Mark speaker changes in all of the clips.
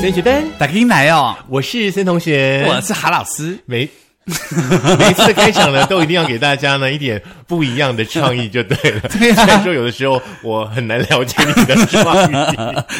Speaker 1: 森学班，
Speaker 2: 打给来哦，
Speaker 1: 我是森同学，
Speaker 2: 我是韩老师。
Speaker 1: 每 每次开场呢，都一定要给大家呢一点不一样的创意就对了。
Speaker 2: 对啊
Speaker 1: 虽然说有的时候我很难了解你的 创意，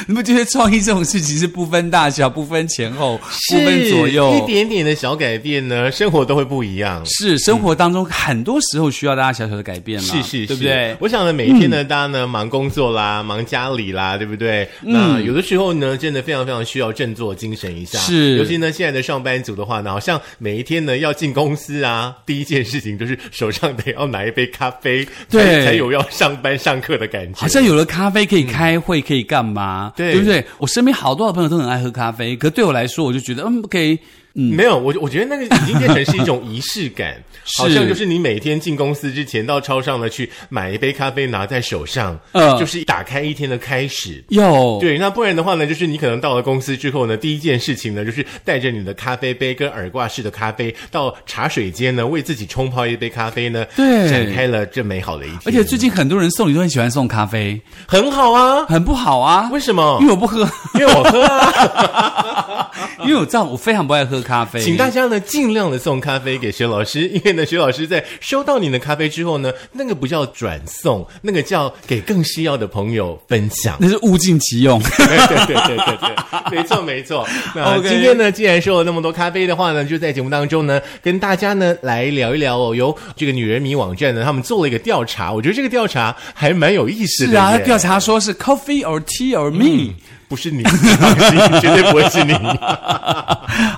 Speaker 2: 你不觉得创意这种事情是不分大小、不分前后、不分左
Speaker 1: 是一
Speaker 2: 右？
Speaker 1: 点点的小改变呢，生活都会不一样。
Speaker 2: 是生活当中很多时候需要大家小小的改变嘛，
Speaker 1: 是是，
Speaker 2: 对不
Speaker 1: 是
Speaker 2: 对？
Speaker 1: 我想呢，每一天
Speaker 2: 嗯
Speaker 1: 呢，大家呢忙工作啦，忙家里啦，对不对？
Speaker 2: 嗯
Speaker 1: 那有的时候呢，真的非常非常需要振作精神一下。
Speaker 2: 是
Speaker 1: 尤其呢，现在的上班族的话呢，好像每一天呢要进公司啊， 第一件事情就是手上得要拿一杯咖啡，
Speaker 2: 对
Speaker 1: 才才有要上班上课的感觉。
Speaker 2: 好像有了咖啡可以开会，可以干嘛？
Speaker 1: 对
Speaker 2: 不对？我身边好多的朋友都很爱喝咖啡，可对我来说，我就觉得嗯，不可以。
Speaker 1: 没有，我我觉得那个已经变成是一种仪式感，
Speaker 2: 是
Speaker 1: 好像就是你每天进公司之前到超商呢去买一杯咖啡拿在手上，
Speaker 2: 嗯
Speaker 1: 就是打开一天的开始。
Speaker 2: 有
Speaker 1: 对，那不然的话呢，就是你可能到了公司之后呢，第一件事情呢，就是带着你的咖啡杯跟耳挂式的咖啡到茶水间呢，为自己冲泡一杯咖啡呢，
Speaker 2: 对
Speaker 1: 展开了这美好的一天，
Speaker 2: 而且最近很多人送礼都很喜欢送咖啡，
Speaker 1: 很好啊。
Speaker 2: 很不好啊。
Speaker 1: 为
Speaker 2: 什
Speaker 1: 什么
Speaker 2: 因？为我不喝，
Speaker 1: 因为我喝啊，
Speaker 2: 因为我知道我非常不爱喝咖啡。
Speaker 1: 请大家呢尽量的送咖啡给薛老师，因为呢，薛老师在收到你的咖啡之后呢，那个不叫转送，那个叫给更需要的朋友分享。
Speaker 2: 那是物尽其用。
Speaker 1: 对对对对对对，没错没错。那
Speaker 2: OK
Speaker 1: 今天呢，既然说了那么多咖啡的话呢，就在节目当中呢，跟大家呢来聊一聊哦。由这个女人迷网站呢，他们做了一个调查，我觉得这个调查还蛮有意思的。
Speaker 2: 是啊，他
Speaker 1: 耶
Speaker 2: 调查说是 coffee or tea or me、
Speaker 1: 不是你，放心绝对不会是你。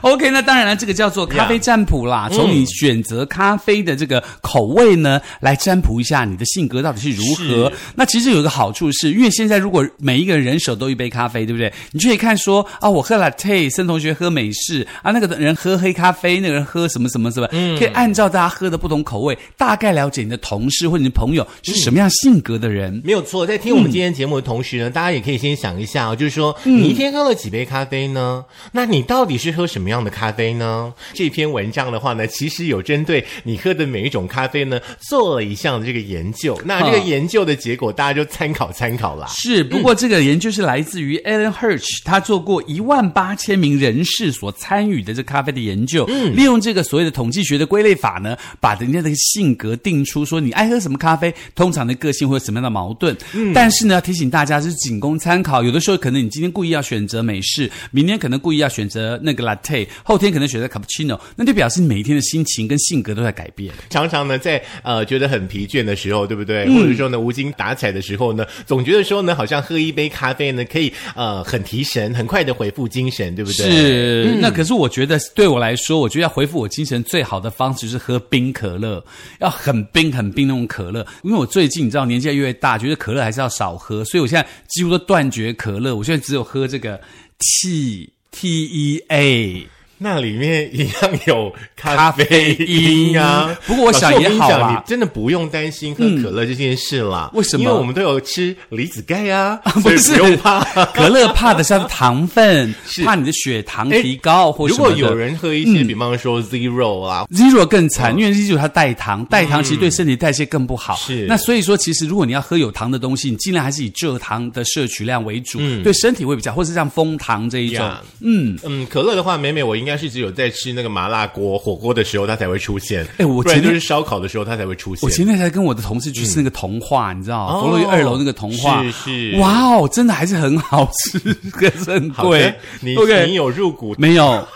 Speaker 2: OK，那当然了，这个叫做咖啡占卜啦。从你选择咖啡的这个口味呢，来占卜一下你的性格到底是如何。那其实有一个好处是，因为现在如果每一个人手都一杯咖啡，对不对？你就可以看说啊，我喝 latte，森同学喝美式啊，那个人喝黑咖啡，那个人喝什么什么什么，可以按照大家喝的不同口味，大概了解你的同事或者你的朋友是什么样性格的人。
Speaker 1: 没有错，在听我们今天节目的同时呢，大家也可以先想一下、哦，就是说你一天喝了几杯咖啡呢？那你到底是喝什么样的咖啡呢？这篇文章的话呢，其实有针对你喝的每一种咖啡呢，做了一项的这个研究。那这个
Speaker 2: 嗯
Speaker 1: 研究的结果，大家就参考参考啦。
Speaker 2: 是，不过这个研究是来自于 Alan Hirsch，他做过一万八千名人士所参与的这咖啡的研究，利用这个所谓的统计学的归类法呢，把人家的性格定出，说你爱喝什么咖啡，通常的个性会有什么样的矛盾。但是呢，要提醒大家是仅供参考，有的时候可能你今天故意要选择美式，明天可能故意要选择那个 latte，后天可能选择 cappuccino，那就表示你每一天的心情跟性格都在改变。
Speaker 1: 常常呢，在呃觉得很疲倦的时候，对不对？或者说呢，无精打采的时候呢，总觉得说呢，好像喝一杯咖啡呢，可以呃很提神，很快的恢复精神，对不嗯对？
Speaker 2: 是，那可是我觉得对我来说，我觉得要回复我精神最好的方式是喝冰可乐，要很冰很冰那种可乐。因为我最近你知道年纪越来越大，觉得可乐还是要少喝，所以我现在几乎都断绝可乐，我现在只有喝这个 T T E A。
Speaker 1: 那里面一样有
Speaker 2: 咖
Speaker 1: 咖
Speaker 2: 啡
Speaker 1: 啡
Speaker 2: 因
Speaker 1: 因啊。
Speaker 2: 不过我想
Speaker 1: 老师
Speaker 2: 也
Speaker 1: 跟你
Speaker 2: 好
Speaker 1: 讲
Speaker 2: 啦
Speaker 1: 你真的不用担心喝可乐这件事啦。
Speaker 2: 为什么
Speaker 1: 因为我们都有吃离子钙啊，
Speaker 2: 不
Speaker 1: 所以
Speaker 2: 是
Speaker 1: 不用 怕。
Speaker 2: 可乐怕的是它的糖分，
Speaker 1: 是
Speaker 2: 怕你的血糖
Speaker 1: 哎
Speaker 2: 提高或
Speaker 1: 如
Speaker 2: 什么嗯
Speaker 1: 果
Speaker 2: 的。
Speaker 1: 有人喝一些，比方说 zero 啊，
Speaker 2: Zero 更惨，因为 Zero 它代糖，代糖其实对身体代谢更不好。
Speaker 1: 嗯是
Speaker 2: 那所以说，其实如果你要喝有糖的东西，你尽量还是以蔗糖的摄取量为主，对身体会比较，或是像枫糖这一
Speaker 1: 嗯
Speaker 2: 种。
Speaker 1: Yeah 嗯嗯，可乐的话，每每我应该是只有在吃那个麻辣锅、火锅的时候它才会出现，
Speaker 2: 哎我
Speaker 1: 不然
Speaker 2: 前
Speaker 1: 就
Speaker 2: 天
Speaker 1: 是烧烤的时候它才会出现
Speaker 2: 我。前天才跟我的同事去吃那个童话，你知道，
Speaker 1: 哦
Speaker 2: 佛罗伊二楼那个童话，
Speaker 1: 是是
Speaker 2: 哇哦，真的还是很好吃， 可是很
Speaker 1: 好
Speaker 2: 贵
Speaker 1: 的，。你
Speaker 2: OK
Speaker 1: 你有入股
Speaker 2: 没 有？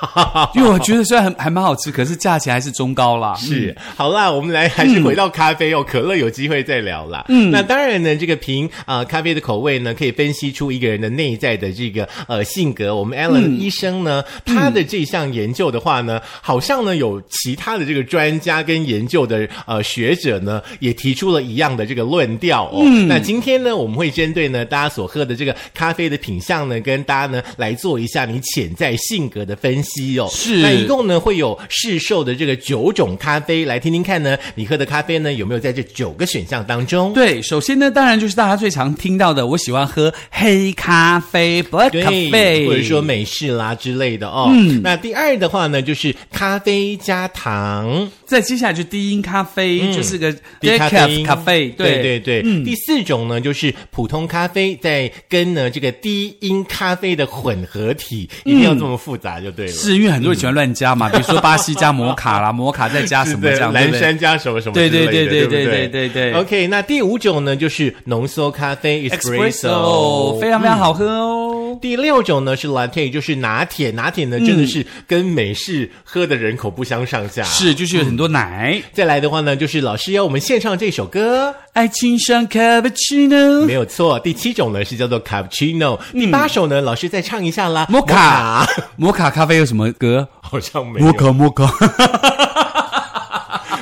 Speaker 2: 因为我觉得虽然很还蛮好吃，可是价钱还是中高啦。
Speaker 1: 是，啊嗯好啦，我们来还是回到咖啡哦，可乐有机会再聊啦。嗯，那当然呢，这个凭啊、呃咖啡的口味呢，可以分析出一个人的内在的这个呃性格。我们 Alan 医生呢，他的这项研究的话呢，好像呢有其他的这个专家跟研究的呃学者呢，也提出了一样的这个论调哦。那今天呢，我们会针对呢大家所喝的这个咖啡的品相呢，跟大家呢来做一下你潜在性格的分析哦。
Speaker 2: 是
Speaker 1: 那一共。共呢会有市售的这个九种咖啡，来听听看呢，你喝的咖啡呢有没有在这九个选项当中？
Speaker 2: 对，首先呢，当然就是大家最常听到的，我喜欢喝黑咖啡嗯 （black coffee），
Speaker 1: 或者说美式啦之类的哦。那第二的话呢，就是咖啡加糖。
Speaker 2: 再接下来就低因咖啡，就是个
Speaker 1: 嗯低咖啡
Speaker 2: decaf
Speaker 1: 因
Speaker 2: 咖啡，嗯
Speaker 1: 对对对，第四种呢就是普通咖啡，在跟呢这个低因咖啡的混合体，一定要这么复杂就对了。
Speaker 2: 嗯是因为很多人喜欢乱加嘛，比如说巴西加摩卡啦，摩卡再加啊什么
Speaker 1: 对
Speaker 2: 这 样，对
Speaker 1: 蓝
Speaker 2: 不对
Speaker 1: 山加什么什么之
Speaker 2: 对
Speaker 1: 类
Speaker 2: 对
Speaker 1: 的，
Speaker 2: 对
Speaker 1: 对
Speaker 2: 对
Speaker 1: 不
Speaker 2: 对对对
Speaker 1: OK，那第五种呢就是浓缩咖啡嗯
Speaker 2: espresso 非常非常好喝哦。
Speaker 1: 第六种呢是 latte，就是拿铁。拿铁呢真的是跟美式喝的人口不相上下。
Speaker 2: 是，就是有很多奶，
Speaker 1: 再来的话呢，就是老师要我们献上这首歌，
Speaker 2: 爱情像 cappuccino，
Speaker 1: 没有错。第七种呢是叫做 cappuccino，第
Speaker 2: 嗯
Speaker 1: 八首呢老师再唱一下啦，
Speaker 2: 摩卡，摩卡咖啡有什么歌？
Speaker 1: 好像没
Speaker 2: 摩
Speaker 1: 有。
Speaker 2: 卡摩卡，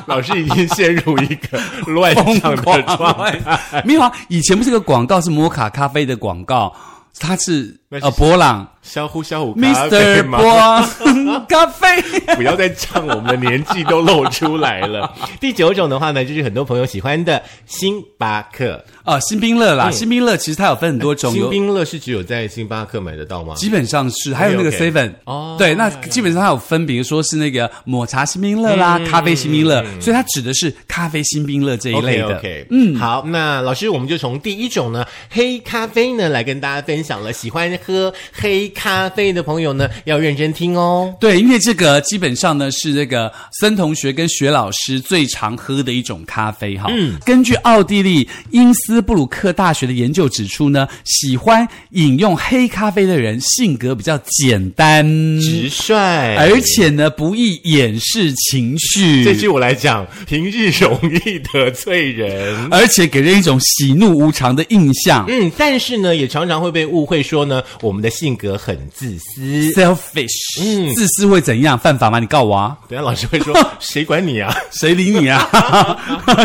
Speaker 1: 老师已经陷入一个 乱
Speaker 2: 疯
Speaker 1: 唱的状态。
Speaker 2: 狂，没有啊，以前不是个广告是摩卡咖啡的广告，它是
Speaker 1: 那是
Speaker 2: 呃博朗
Speaker 1: 小虎，小虎咖啡
Speaker 2: Mr.
Speaker 1: 吗？
Speaker 2: 博 咖啡。
Speaker 1: 不要再唱，我们的年纪都露出来了。 第九种的话呢，就是很多朋友喜欢的星巴克。
Speaker 2: 啊，新冰乐啦，新冰乐其实它有分很多种，
Speaker 1: 星
Speaker 2: 有
Speaker 1: 嗯冰乐是只有在星巴克买得到吗？
Speaker 2: 基本上是，还有那个
Speaker 1: OK，OK
Speaker 2: seven
Speaker 1: 哦
Speaker 2: 对，那基本上它有分，比如说是那个抹茶新冰乐
Speaker 1: 嗯
Speaker 2: 啦，咖啡新冰乐，所以它指的是咖啡新冰乐这一类的。
Speaker 1: OK，, 嗯，好，那老师，我们就从第一种呢，黑咖啡呢，来跟大家分享了。喜欢喝黑咖啡的朋友呢，要认真听哦。
Speaker 2: 对，因为这个基本上呢是那个森同学跟学老师最常喝的一种咖啡哈。嗯，根据奥地利因斯布鲁克大学的研究指出呢，喜欢饮用黑咖啡的人性格比较简单，
Speaker 1: 直率，
Speaker 2: 而且呢不易掩饰情绪，
Speaker 1: 这句我来讲，平日容易得罪人。
Speaker 2: 而且给人一种喜怒无常的印象。
Speaker 1: 嗯，但是呢，也常常会被误会说呢，我们的性格很自私。
Speaker 2: selfish，、
Speaker 1: 嗯
Speaker 2: 自私会怎样？犯法吗？你告我啊！
Speaker 1: 等一下老师会 说，谁管你啊？
Speaker 2: 谁理 你啊？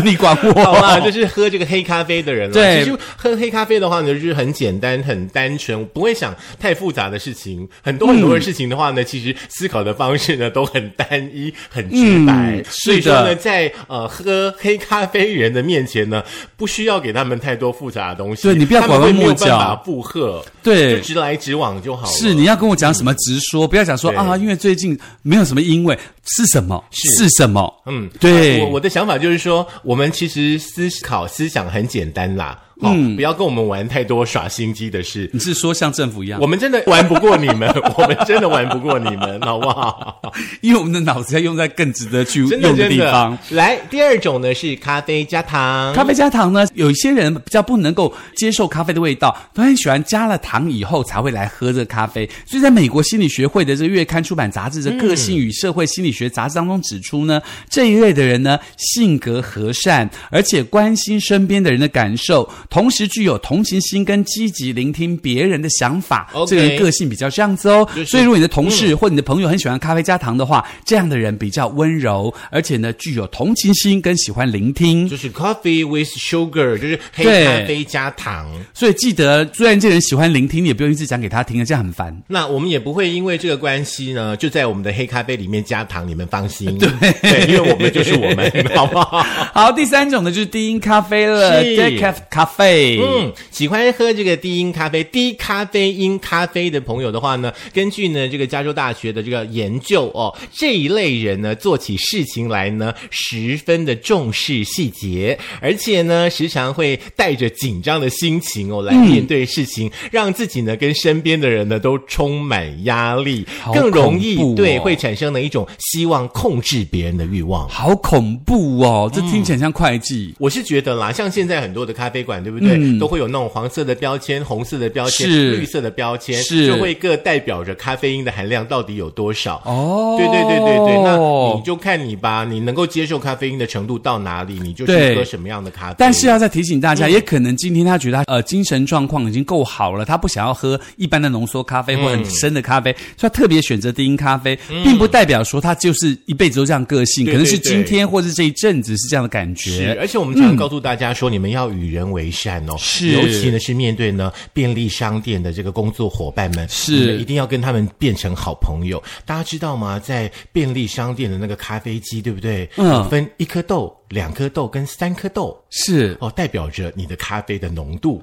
Speaker 2: 你管我？
Speaker 1: 好啦，就是喝这个黑咖啡的人啦。
Speaker 2: 哦
Speaker 1: 啊
Speaker 2: 对
Speaker 1: 其实喝黑咖啡的话呢，就是很简单、很单纯，不会想太复杂的事情。很多很多的事情的话
Speaker 2: 嗯
Speaker 1: 呢，其实思考的方式呢都很单一、很直白。
Speaker 2: 嗯
Speaker 1: 所以
Speaker 2: 是
Speaker 1: 说
Speaker 2: 的
Speaker 1: 呢，在呃喝黑咖啡人的面前呢，不需要给他们太多复杂的东西。
Speaker 2: 对你不要拐弯
Speaker 1: 他们会没有
Speaker 2: 抹角
Speaker 1: 办法附和，
Speaker 2: 对
Speaker 1: 就直来直往就好了。
Speaker 2: 是你要跟我讲什么直说，不要讲说
Speaker 1: 对
Speaker 2: 啊，因为最近没有什么，因为是什么
Speaker 1: 是
Speaker 2: 什么？
Speaker 1: 嗯，
Speaker 2: 对
Speaker 1: 我我的想法就是说，我们其实思考思想很简单啦，好、
Speaker 2: 嗯
Speaker 1: 不要跟我们玩太多耍心机的事。
Speaker 2: 你是说像政府一样
Speaker 1: 我，们真 的玩不过你们， 我们真的玩不过你们，好不好？
Speaker 2: 因为我们的脑子要用在更值得去
Speaker 1: 真的
Speaker 2: 用的
Speaker 1: 真
Speaker 2: 嗯地方
Speaker 1: 的。。来，第二种呢是咖啡加糖。
Speaker 2: 咖啡加糖呢，有一些人比较不能够接受咖啡的味道，都很喜欢加了糖以后才会来喝这个咖啡。所以，在美国心理学会的这个月刊出版杂志的《个性与社会心理学》杂志当中指出呢，这一类的人呢，性格和善，而且关心身边的人的感受，同时具有同情心跟积极聆听别人的想法。
Speaker 1: OK
Speaker 2: 这个人个性比较这样子哦。
Speaker 1: 就是
Speaker 2: 所以，如果你的同事或你的朋友很喜欢咖啡加糖的话，这样的人比较温柔，而且呢，具有同情心跟喜欢聆听。
Speaker 1: 就是 coffee with sugar，就是黑
Speaker 2: 对
Speaker 1: 咖啡加糖。
Speaker 2: 所以记得，虽然这人喜欢聆听，你也不用一直讲给他听，这样很烦。
Speaker 1: 那我们也不会因为这个关系呢，就在我们的黑咖啡里面加糖，你们放 心。对，因为我们就是我们，好不好？
Speaker 2: 好，第三种呢就是低音咖啡了
Speaker 1: 啊是
Speaker 2: ，decaf 咖啡。
Speaker 1: 嗯，喜欢喝这个低因咖啡、低咖啡因咖啡的朋友的话呢，根据呢这个加州大学的这个研究哦，这一类人呢做起事情来呢十分的重视细节，而且呢时常会带着紧张的心情哦来面对事情，
Speaker 2: 嗯
Speaker 1: 让自己呢跟身边的人呢都充满压力，
Speaker 2: 好
Speaker 1: 更容易、
Speaker 2: 恐怖哦
Speaker 1: 对会产生了一种希望控制别人的欲望。
Speaker 2: 好恐
Speaker 1: 嗯
Speaker 2: 怖哦，这听起来很像会计。
Speaker 1: 我是觉得啦，像现在很多的咖啡馆，对不对？都会有那种黄色的标签、红色的标签、
Speaker 2: 嗯是
Speaker 1: 绿色的标签，
Speaker 2: 是
Speaker 1: 就会各代表着咖啡因的含量到底有多少。
Speaker 2: 哦
Speaker 1: 对对对对对，那你就看你吧，你能够接受咖啡因的程度到哪里，你就去
Speaker 2: 对
Speaker 1: 喝什么样的咖啡。
Speaker 2: 但是要啊再提醒大
Speaker 1: 嗯
Speaker 2: 家，也可能今天他觉得他呃精神状况已经够好了，他不想要喝一般的浓缩咖
Speaker 1: 嗯
Speaker 2: 啡或很深的咖啡，所以他特别选择低因咖啡，并不代表说他就是一辈子都这样个性，
Speaker 1: 对
Speaker 2: 可能是
Speaker 1: 对对
Speaker 2: 今天或是这一阵子是这样的感
Speaker 1: 是，啊
Speaker 2: 觉。
Speaker 1: 而且我们常常告诉大家说，你们要与人为善哦，
Speaker 2: 是
Speaker 1: 尤其呢是面对呢便利商店的这个工作伙伴们，
Speaker 2: 是
Speaker 1: 你们一定要跟他们变成好朋友。大家知道吗？在便利商店的那个咖啡机，对不对？
Speaker 2: 嗯
Speaker 1: 有分一颗豆、两颗豆跟三颗豆。
Speaker 2: 是
Speaker 1: 哦，代表着你的咖啡的浓度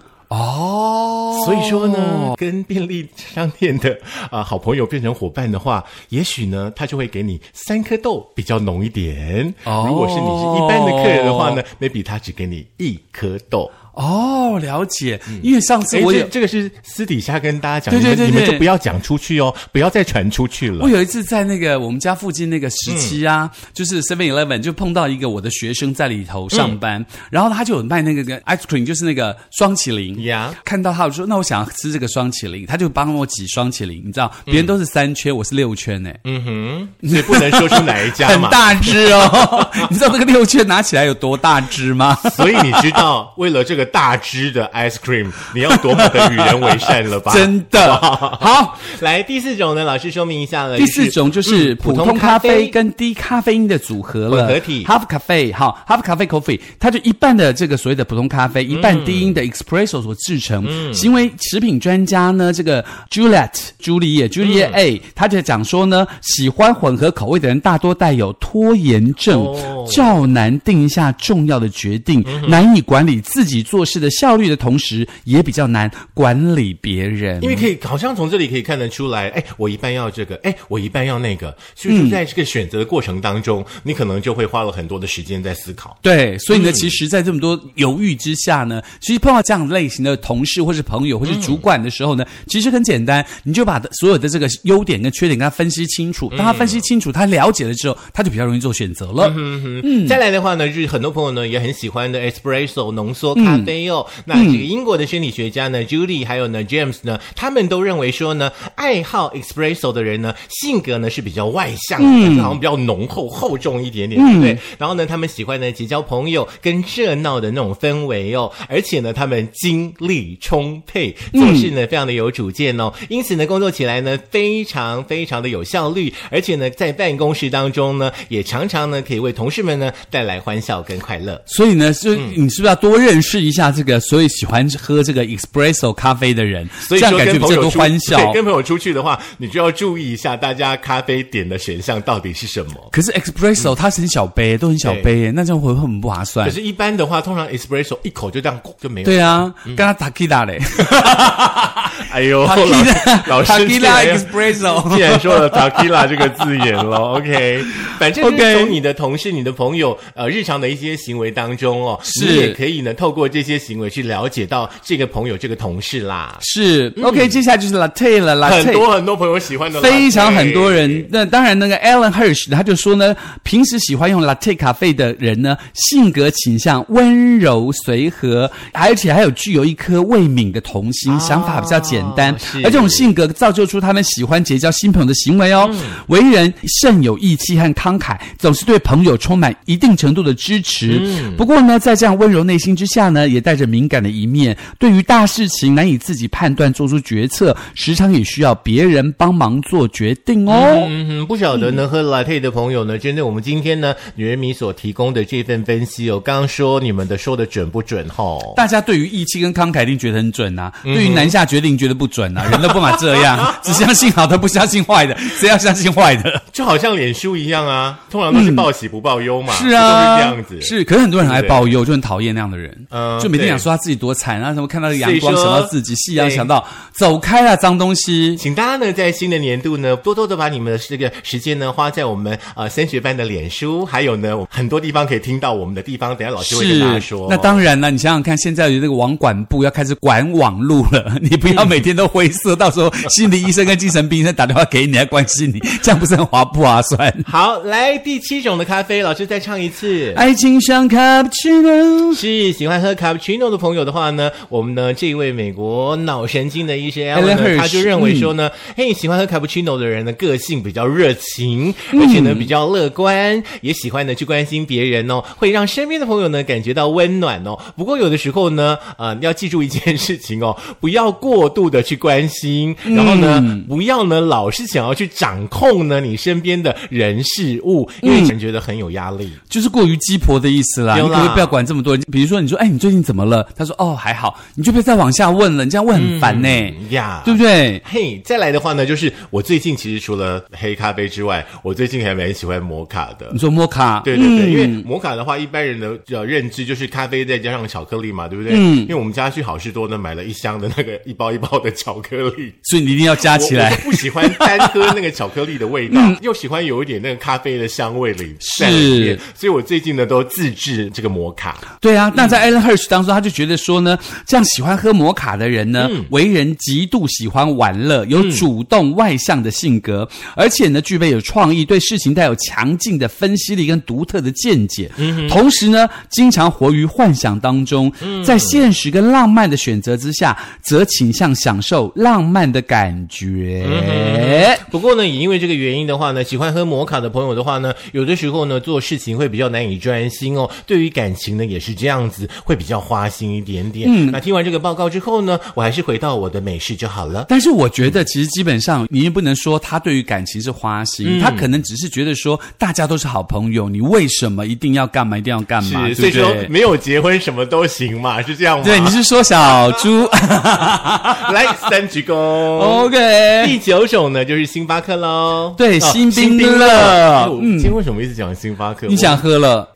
Speaker 2: 哦，
Speaker 1: 所以说呢，跟便利商店的啊、好朋友变成伙伴的话，也许呢，他就会给你三颗豆比较浓一点。
Speaker 2: 哦
Speaker 1: 如果是你是一般的客人的话呢，maybe 他只给你一颗豆。
Speaker 2: 哦，了解，因为上次
Speaker 1: 哎，
Speaker 2: 我
Speaker 1: 这
Speaker 2: 有。
Speaker 1: 这个是私底下跟大家讲，
Speaker 2: 对对对
Speaker 1: 你们你们
Speaker 2: 对
Speaker 1: 就不要讲出去哦，不要再传出去了
Speaker 2: 我。有一次在那个我们家附近那个时期啊，
Speaker 1: 嗯
Speaker 2: 就是 Seven Eleven 就碰到一个我的学生在里头上班，
Speaker 1: 嗯
Speaker 2: 然后他就有卖那个个 ice cream，就是那个双麒麟。
Speaker 1: 呀
Speaker 2: 看到他我就说那我想要吃这个双麒麟，他就帮我挤双麒麟，你知道，别人都是三圈，我是六圈呢、
Speaker 1: 嗯哼，所以不能说出哪一家
Speaker 2: 很
Speaker 1: 嘛。
Speaker 2: 大只哦， 你知道这个六圈拿起来有多大只 吗？
Speaker 1: 所以你知道，为了这个大只的 ice cream，你要多么的与人为善了吧？
Speaker 2: 真 的好。
Speaker 1: 来，第四种呢，老师说明一下了。
Speaker 2: 第四种就是
Speaker 1: 嗯
Speaker 2: 普
Speaker 1: 普通
Speaker 2: 通
Speaker 1: 咖
Speaker 2: 咖
Speaker 1: 啡
Speaker 2: 啡跟低咖啡因的组合了，
Speaker 1: 混合体
Speaker 2: half cafe 好 half cafe coffee，它就一半的这个所谓的普通咖啡，
Speaker 1: 嗯
Speaker 2: 一半低因的 espresso 所制成。行为食品专家呢，这个 Juliet 朱
Speaker 1: 嗯
Speaker 2: 丽叶 Juliet A，他就讲说呢，喜欢混合口味的人大多带有拖延症
Speaker 1: 哦，嗯
Speaker 2: 较难定下重要的决定，难以管理自己做事的效率的同时，也比较难管理别人
Speaker 1: 因。为可以，好像从这里可以看得出来，哎，我一半要这个，哎，我一半要那个。所以说，在这个选择的过程当中，你可能就会花了很多的时间在思考。
Speaker 2: 对，所以
Speaker 1: 嗯
Speaker 2: 呢，其实，在这么多犹豫之下呢，其实碰到这样类型的同事或是朋友或是主管的时候呢，其实很简单，你就把所有的这个优点跟缺点跟他分析清楚。当他分析清楚，他了解了之后，他就比较容易做选择了。
Speaker 1: 嗯嗯，再来的话呢，就是很多朋友呢也很喜欢的 espresso 浓缩咖啡哦。那这个英国的心理学家呢，Julie 还有呢 James 呢，他们都认为说呢，爱好 espresso 的人呢，性格呢是比较外向的，就是好像比较浓厚厚重一点点，对不对。然后呢，他们喜欢呢呃结交朋友跟热闹的那种氛围哦，而且呢，他们精力充沛，
Speaker 2: 嗯
Speaker 1: 做事呢非常的有主见哦，因此呢，工作起来呢非常非常的有效率，而且呢，在办公室当中呢，也常常呢可以为同事们呢带来欢笑跟快乐。
Speaker 2: 所以呢，就
Speaker 1: 嗯
Speaker 2: 你是不是要多认识一下这个，所以喜欢喝这个 espresso 咖啡的人，
Speaker 1: 所以
Speaker 2: 这
Speaker 1: 说
Speaker 2: 样感觉
Speaker 1: 跟
Speaker 2: 比
Speaker 1: 朋
Speaker 2: 较
Speaker 1: 友
Speaker 2: 多
Speaker 1: 出
Speaker 2: 欢笑
Speaker 1: 对，。跟朋友出去的话，你就要注意一下大家咖啡点的选项到底是什么。
Speaker 2: 可是 espresso
Speaker 1: 嗯
Speaker 2: 它是很小杯，都很小杯，那这样会不会很不划算
Speaker 1: 可。是，一般的话，通常 espresso 一口就这样咕就没有。
Speaker 2: 哎对啊，跟他打 k i 嘞，
Speaker 1: 哎呦，老
Speaker 2: Tequila-
Speaker 1: 老师
Speaker 2: Tequila
Speaker 1: 竟然
Speaker 2: Espresso
Speaker 1: 竟然说了 tequila 这个字眼 了，OK，反正就是
Speaker 2: OK
Speaker 1: 从你的同事、你的朋友呃日常的一些行为当中哦，
Speaker 2: 是
Speaker 1: 你也可以呢透过这些行为去了解到这个朋友、这个同事啦。
Speaker 2: 是 OK。接下来就是 latte 了，latte，
Speaker 1: 嗯很多很多朋友喜欢的，
Speaker 2: 非常很多人。。那当然，那个 Alan Hirsch 他就说呢，平时喜欢用 latte 咖啡的人呢，性格倾向温柔随和，而且还有具有一颗未泯的童心，
Speaker 1: 啊
Speaker 2: 想法比较简单，
Speaker 1: 哦是
Speaker 2: 而这种性格造就出他们喜欢结交新朋友的行为
Speaker 1: 嗯
Speaker 2: 哦。为人甚有义气和慷慨，总是对朋友充满一定程度的支持。
Speaker 1: 嗯
Speaker 2: 不过呢，在这样温柔内心之下呢，也带着敏感的一面，对于大事情难以自己判断做出决策，时常也需要别人帮忙做决定哦。
Speaker 1: 嗯哼，不晓得呢，喝 latte 的朋友呢，针对我们今天呢女人迷所提供的这份分析哦，刚刚说你们的说的准不准吼？
Speaker 2: 大家对于义气跟慷慨一定觉得很准啊，
Speaker 1: 嗯
Speaker 2: 对于南下决定觉得不准啊，人都不嘛这 样，只相信好的，不相信坏的，谁要相信坏的？
Speaker 1: 就好像脸书一样啊，通常都是报喜不报忧嘛，
Speaker 2: 是啊，
Speaker 1: 都是这样子。
Speaker 2: 是，可是很多人很爱
Speaker 1: 对
Speaker 2: 报忧，就很讨厌那样的人，
Speaker 1: 嗯
Speaker 2: 就每天
Speaker 1: 对
Speaker 2: 想说他自己多惨，啊然后什么看到阳
Speaker 1: 所以
Speaker 2: 光
Speaker 1: 说
Speaker 2: 想到自己，夕阳
Speaker 1: 对
Speaker 2: 想到走开啦，脏东西。
Speaker 1: 请大家呢，在新的年度呢，多多的把你们的这个时间呢，花在我们呃升学班的脸书，还有呢，我们很多地方可以听到我们的地方，等一下老师会跟大家说。
Speaker 2: 那当然了，你想想看，现在有这个网管部要开始管网路了， 你不要每天都灰色，到时候心理医生跟精神病医生打电话给你来关心你， 这样不是很划不划算？
Speaker 1: 好，来第七种的咖啡，老师再唱一次。
Speaker 2: 爱情像 cappuccino。
Speaker 1: 是喜欢喝 cappuccino 的朋友的话呢，我们呢这一位美国脑神经的医生 Alan，
Speaker 2: Alan
Speaker 1: 呢
Speaker 2: Hirsch，嗯
Speaker 1: 他就认为说呢，嘿，喜欢喝 cappuccino 的人呢，个性比较热情，而且呢比较乐观，也喜欢呢去关心别人哦，会让身边的朋友啊呢感觉到温暖哦。不过有的时候呢，呃，要记住一件事情哦，不要过度的去关心，
Speaker 2: 嗯
Speaker 1: 然后呢，不要呢老是想要去掌控呢你身边的人事物，因
Speaker 2: 嗯
Speaker 1: 为人觉得很有压力。
Speaker 2: 就是过于鸡婆的意思啦。
Speaker 1: 对
Speaker 2: 你
Speaker 1: 啦
Speaker 2: 可不可以不要管这么多？比如说，你说，哎，你最近怎么了？他说，哦，还好。你就别再往下问了，你这样问很
Speaker 1: 嗯
Speaker 2: 烦呢、
Speaker 1: 呀、
Speaker 2: 对不对？
Speaker 1: 嘿，再来的话呢，就是我最近其实除了黑咖啡之外，我最近还蛮喜欢摩卡的
Speaker 2: 你。说摩卡，
Speaker 1: 对对对，因为
Speaker 2: 嗯
Speaker 1: 摩卡的话，一般人的呃认知就是咖啡再加上巧克力嘛，对不对？
Speaker 2: 嗯
Speaker 1: 因为我们家去好事多呢买了一箱的那个一包一包的巧克力。
Speaker 2: 所以你一定要加
Speaker 1: 我
Speaker 2: 起
Speaker 1: 我
Speaker 2: 来嗯
Speaker 1: 就。不喜欢单喝那个巧克力的味道，又喜欢有一点那个咖啡的香味里在里面，所以我最近呢都自制这个摩卡。
Speaker 2: 对啊，那
Speaker 1: 嗯
Speaker 2: 在 Alan Hirsch 当中，他就觉得说呢，这样喜欢喝摩卡的人呢，为人极度喜欢玩乐，
Speaker 1: 嗯
Speaker 2: 有主动外向的性格，而且呢，具备有创意，对事情带有强劲的分析力跟独特的见解。
Speaker 1: 嗯
Speaker 2: 同时呢，经常活于幻想当中，
Speaker 1: 嗯
Speaker 2: 在现实跟浪漫的选择之下，则倾向享受浪漫的感觉。
Speaker 1: 不过呢，也因为这个原因的话呢，喜欢喝摩卡的朋友的话呢，有的时候呢做事情会比较难以专心哦。对于感情呢也是这样子，会比较花心一点点。嗯，那听完这个报告之后呢，我还是回到我的美式就好了。
Speaker 2: 但是我觉得，其实基本上你也不能说他对于感情是花
Speaker 1: 嗯
Speaker 2: 心，他可能只是觉得说大家都是好朋友，你为什么一定要干嘛，一定要干嘛，
Speaker 1: 是，所
Speaker 2: 对
Speaker 1: 以
Speaker 2: 不
Speaker 1: 说
Speaker 2: 对？
Speaker 1: 没有啊结婚什么都行嘛，是这样吗？
Speaker 2: 对，你是说小猪
Speaker 1: 来三鞠躬。
Speaker 2: 哦？OK，
Speaker 1: 第九种呢，就是星巴克喽。
Speaker 2: 对
Speaker 1: 哦
Speaker 2: 新冰乐
Speaker 1: 乐。嗯，今天为什么一直讲星巴克？
Speaker 2: 你想喝了，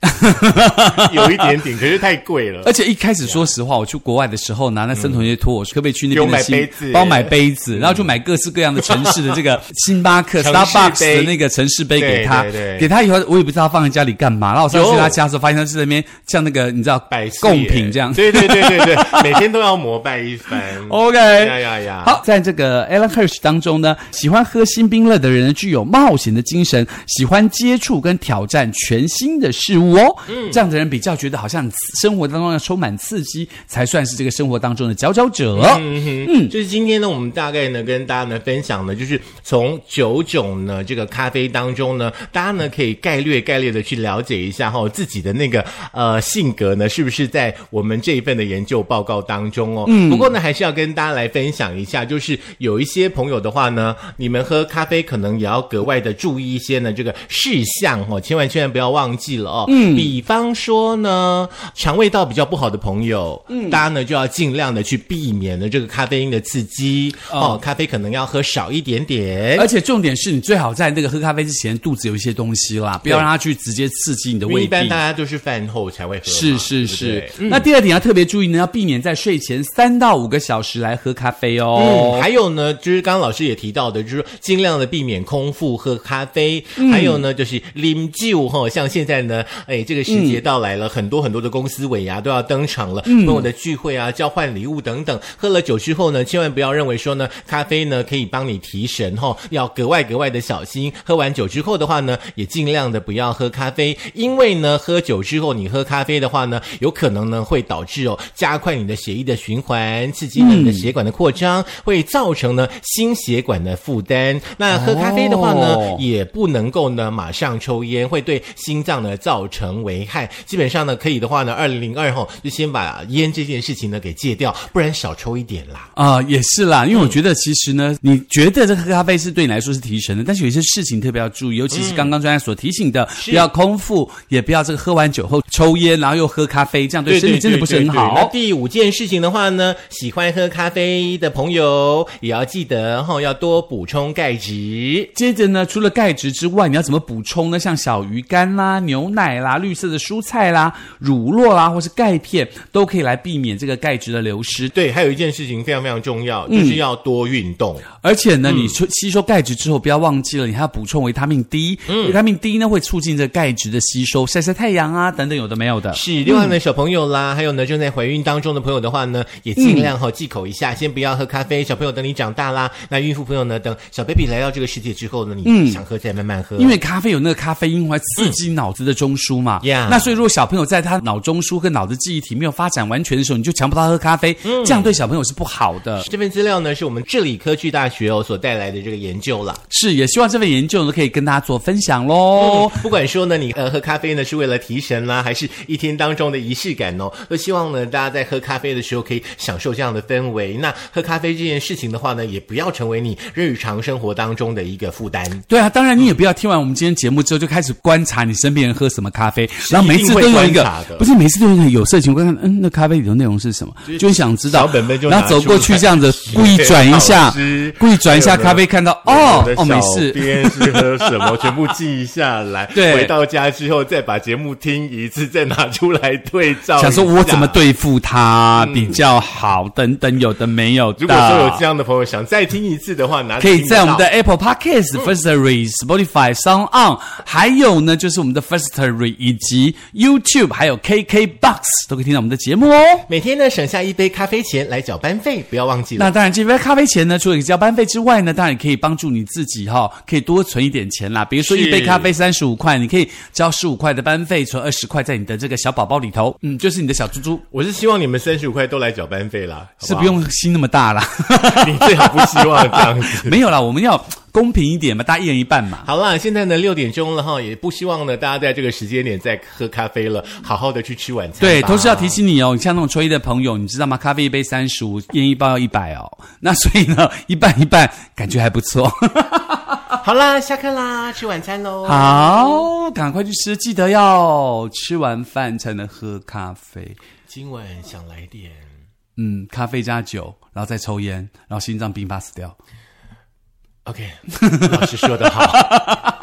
Speaker 1: 我有一点点，可是太贵了。
Speaker 2: 而且一开始说实话，我去国外的时候呢，那森同学托我说可不可以去那
Speaker 1: 给我
Speaker 2: 边的
Speaker 1: 买
Speaker 2: 星
Speaker 1: 杯子
Speaker 2: 帮我买杯子，然后就买各式各样的城市的这个星巴克、
Speaker 1: 城市
Speaker 2: Starbucks
Speaker 1: 嗯杯
Speaker 2: 的那个城市杯给他
Speaker 1: 对对，对
Speaker 2: 给他以后我也不知道他放在家里干嘛，然后我上次去他家的时候，发现他是在那边像那个你知道
Speaker 1: 百事
Speaker 2: 贡
Speaker 1: 耶
Speaker 2: 品这样。
Speaker 1: 对对对对 对，每天都要膜拜一番。
Speaker 2: OK，
Speaker 1: 呀呀呀！
Speaker 2: 好，在这个 Alan Hirsch 当中呢，喜欢喝新冰乐的人呢具有冒险的精神，喜欢接触跟挑战全新的事物哦。
Speaker 1: 嗯
Speaker 2: 这样的人比较觉得好像生活当中要充满刺激，才算是这个生活当中的佼佼者。
Speaker 1: 嗯哼，就是今天呢，我们大概呢跟大家呢分享呢，就是从九种呢这个咖啡当中呢，大家呢可以概略概略的去了解一下哈、自己的那个呃性格呢是不是在我们这一份的研究报告当中哦。嗯，不过呢还是要跟大家来分享一下，就是有一些朋友的话呢，你们喝咖啡可能也要格外的注意一些呢这个事项哦，千万千万不要忘记了哦。嗯，比方说呢，肠胃道比较不好的朋友，嗯，大家呢就要尽量的去避免呢这个咖啡因的刺激
Speaker 2: 嗯
Speaker 1: 哦咖啡可能要喝少一点点
Speaker 2: 而。且重点是你最好在那个喝咖啡之前肚子有一些东西啦，不要
Speaker 1: 对
Speaker 2: 让它去直接刺激你的
Speaker 1: 因为
Speaker 2: 胃
Speaker 1: 一般
Speaker 2: 壁
Speaker 1: 大。家都是饭后才会喝嘛，
Speaker 2: 是是
Speaker 1: 对嗯
Speaker 2: 是
Speaker 1: 不对，
Speaker 2: 那第二点要特别注意呢，要避免在睡前三到五个小时来喝咖啡哦。
Speaker 1: 嗯，还有呢，就是刚刚老师也提到的，就是尽量的避免空腹喝咖啡。还有呢，就是啉酒哈，像现在呢，哎，这个时节到来了，很多很多的公司尾牙都要登场了，朋友的聚会啊，交换礼物等等。喝了酒之后呢，千万不要认为说呢，咖啡呢可以帮你提神哈，要格外格外的小心。喝完酒之后的话呢，也尽量的不要喝咖啡，因为呢，喝酒之后你喝咖啡的话呢，有可能呢会导致哦加快你的血液的循环，刺激你的血管的扩张，会造成呢心血管的负担。那喝咖啡的话呢，
Speaker 2: 哦
Speaker 1: 也不能够呢马上抽烟，会对心脏呢造成危害。基本上呢，可以的话呢，二零零二后就先把烟这件事情呢给戒掉，不然少抽一点啦。
Speaker 2: 啊、也是啦，因为我觉得其实呢，你觉得这个喝咖啡是对你来说是提神的，但是有一些事情特别要注意，尤其是刚刚专家所提醒的，不要空腹，也不要这个喝完酒后抽烟，然后又喝咖啡，这样对身体真的不是很
Speaker 1: 对对对对那
Speaker 2: 好。
Speaker 1: 第五件事情的话呢，喜欢喝咖啡的朋友也要记得哈、要多补充钙质。
Speaker 2: 接着呢，除了钙质之外，你要怎么补充呢？像小鱼干啦、牛奶啦、绿色的蔬菜啦、乳酪啦，或是钙片，都可以来避免这个钙质的流失。
Speaker 1: 对，还有一件事情非常非常重要，就是要多运动。
Speaker 2: 而且呢，你吸吸收钙质之后，不要忘记了，你还要补充维他命 D。维他命 D 呢，会促进这钙质的吸收，晒晒太阳啊，等等，有的没有的。
Speaker 1: 是，另外呢，小朋友啦，还有呢，正在怀孕当中的朋友的话呢，也尽量哈、忌口一下，先不要喝咖啡。小朋友等你长大啦，那孕妇朋友呢，等小 baby 来到这个世界之后呢，你想喝再慢慢喝。
Speaker 2: 因为咖啡有那个咖啡因会刺激脑子的中枢嘛。
Speaker 1: Yeah
Speaker 2: 那所以如果小朋友在他脑中枢跟脑的记忆体没有发展完全的时候，你就强迫他喝咖啡，这样对小朋友是不好的。
Speaker 1: 这份资料呢，是我们治理科技大学哦所带来的这个研究啦。
Speaker 2: 是，也希望这份研究呢可以跟大家做分享喽。
Speaker 1: 哦不管说呢，你呃喝咖啡呢是为了提神啦，还是一天当中的仪式感哦，都希望呢大家在喝咖啡的时候可以享受这样的氛围。那那喝咖啡这件事情的话呢，也不要成为你日常生活当中的一个负担。
Speaker 2: 对啊，当然你也不要听完我们今天节目之后就开始观察你身边人喝什么咖啡，然后每次都用一
Speaker 1: 一定会观
Speaker 2: 个
Speaker 1: 察的
Speaker 2: 不是每次都用一个有色情观看，嗯，那咖啡里头内容是什么，就会想知道。
Speaker 1: 小本本就拿
Speaker 2: 然后走过去这样子
Speaker 1: 出，来
Speaker 2: 故意转一下
Speaker 1: 老师，
Speaker 2: 故意转一下
Speaker 1: 有的
Speaker 2: 咖啡，看到哦哦没事，
Speaker 1: 边是喝什么，全部记下来。
Speaker 2: 对
Speaker 1: 回到家之后再把节目听一次，再拿出来对照一下。
Speaker 2: 想说我怎么对付他比较好，等等，有的没有的。
Speaker 1: 如果说有这样的朋友想再听一次的话，哪里
Speaker 2: 可以在我们的
Speaker 1: 听嗯
Speaker 2: Apple Podcast、Firstory、Spotify、Sound On，还有呢，就是我们的 Firstory 以及 YouTube，还有 KK Box 都可以听到我们的节目哦
Speaker 1: 到。每天呢省下一杯咖啡钱来缴班费，不要忘记了
Speaker 2: 那。当然，这杯咖啡钱呢，除了交班费之外呢，当然也可以帮助你自己哈、可以多存一点钱啦。比如说
Speaker 1: 是
Speaker 2: 一杯咖啡三十五块，你可以交十五块的班费，存二十块在你的这个小宝宝里头，嗯，就是你的小猪猪，
Speaker 1: 我是希望你们三十五块都来缴班费啦，
Speaker 2: 是
Speaker 1: 好
Speaker 2: 不
Speaker 1: 好，
Speaker 2: 用心那么大啦。
Speaker 1: 你最好不希望这样子。
Speaker 2: 没有啦，我们要公平一点嘛，大家一人一半嘛。
Speaker 1: 好啦，现在呢六点钟了哈，也不希望呢大家在这个时间点再喝咖啡了，好好的去吃晚餐吧。
Speaker 2: 对，同时要提醒你哦，你像那种抽烟的朋友，你知道吗？咖啡一杯三十五，烟一包要一百哦。那所以呢，一半一半，感觉还不错。
Speaker 1: 好啦，下课啦，吃晚餐喽。
Speaker 2: 好，赶快去吃，记得要吃完饭才能喝咖啡。
Speaker 1: 今晚想来点
Speaker 2: 嗯，咖啡加酒，然后再抽烟，然后心脏病发死掉。
Speaker 1: ，OK，老师说的好。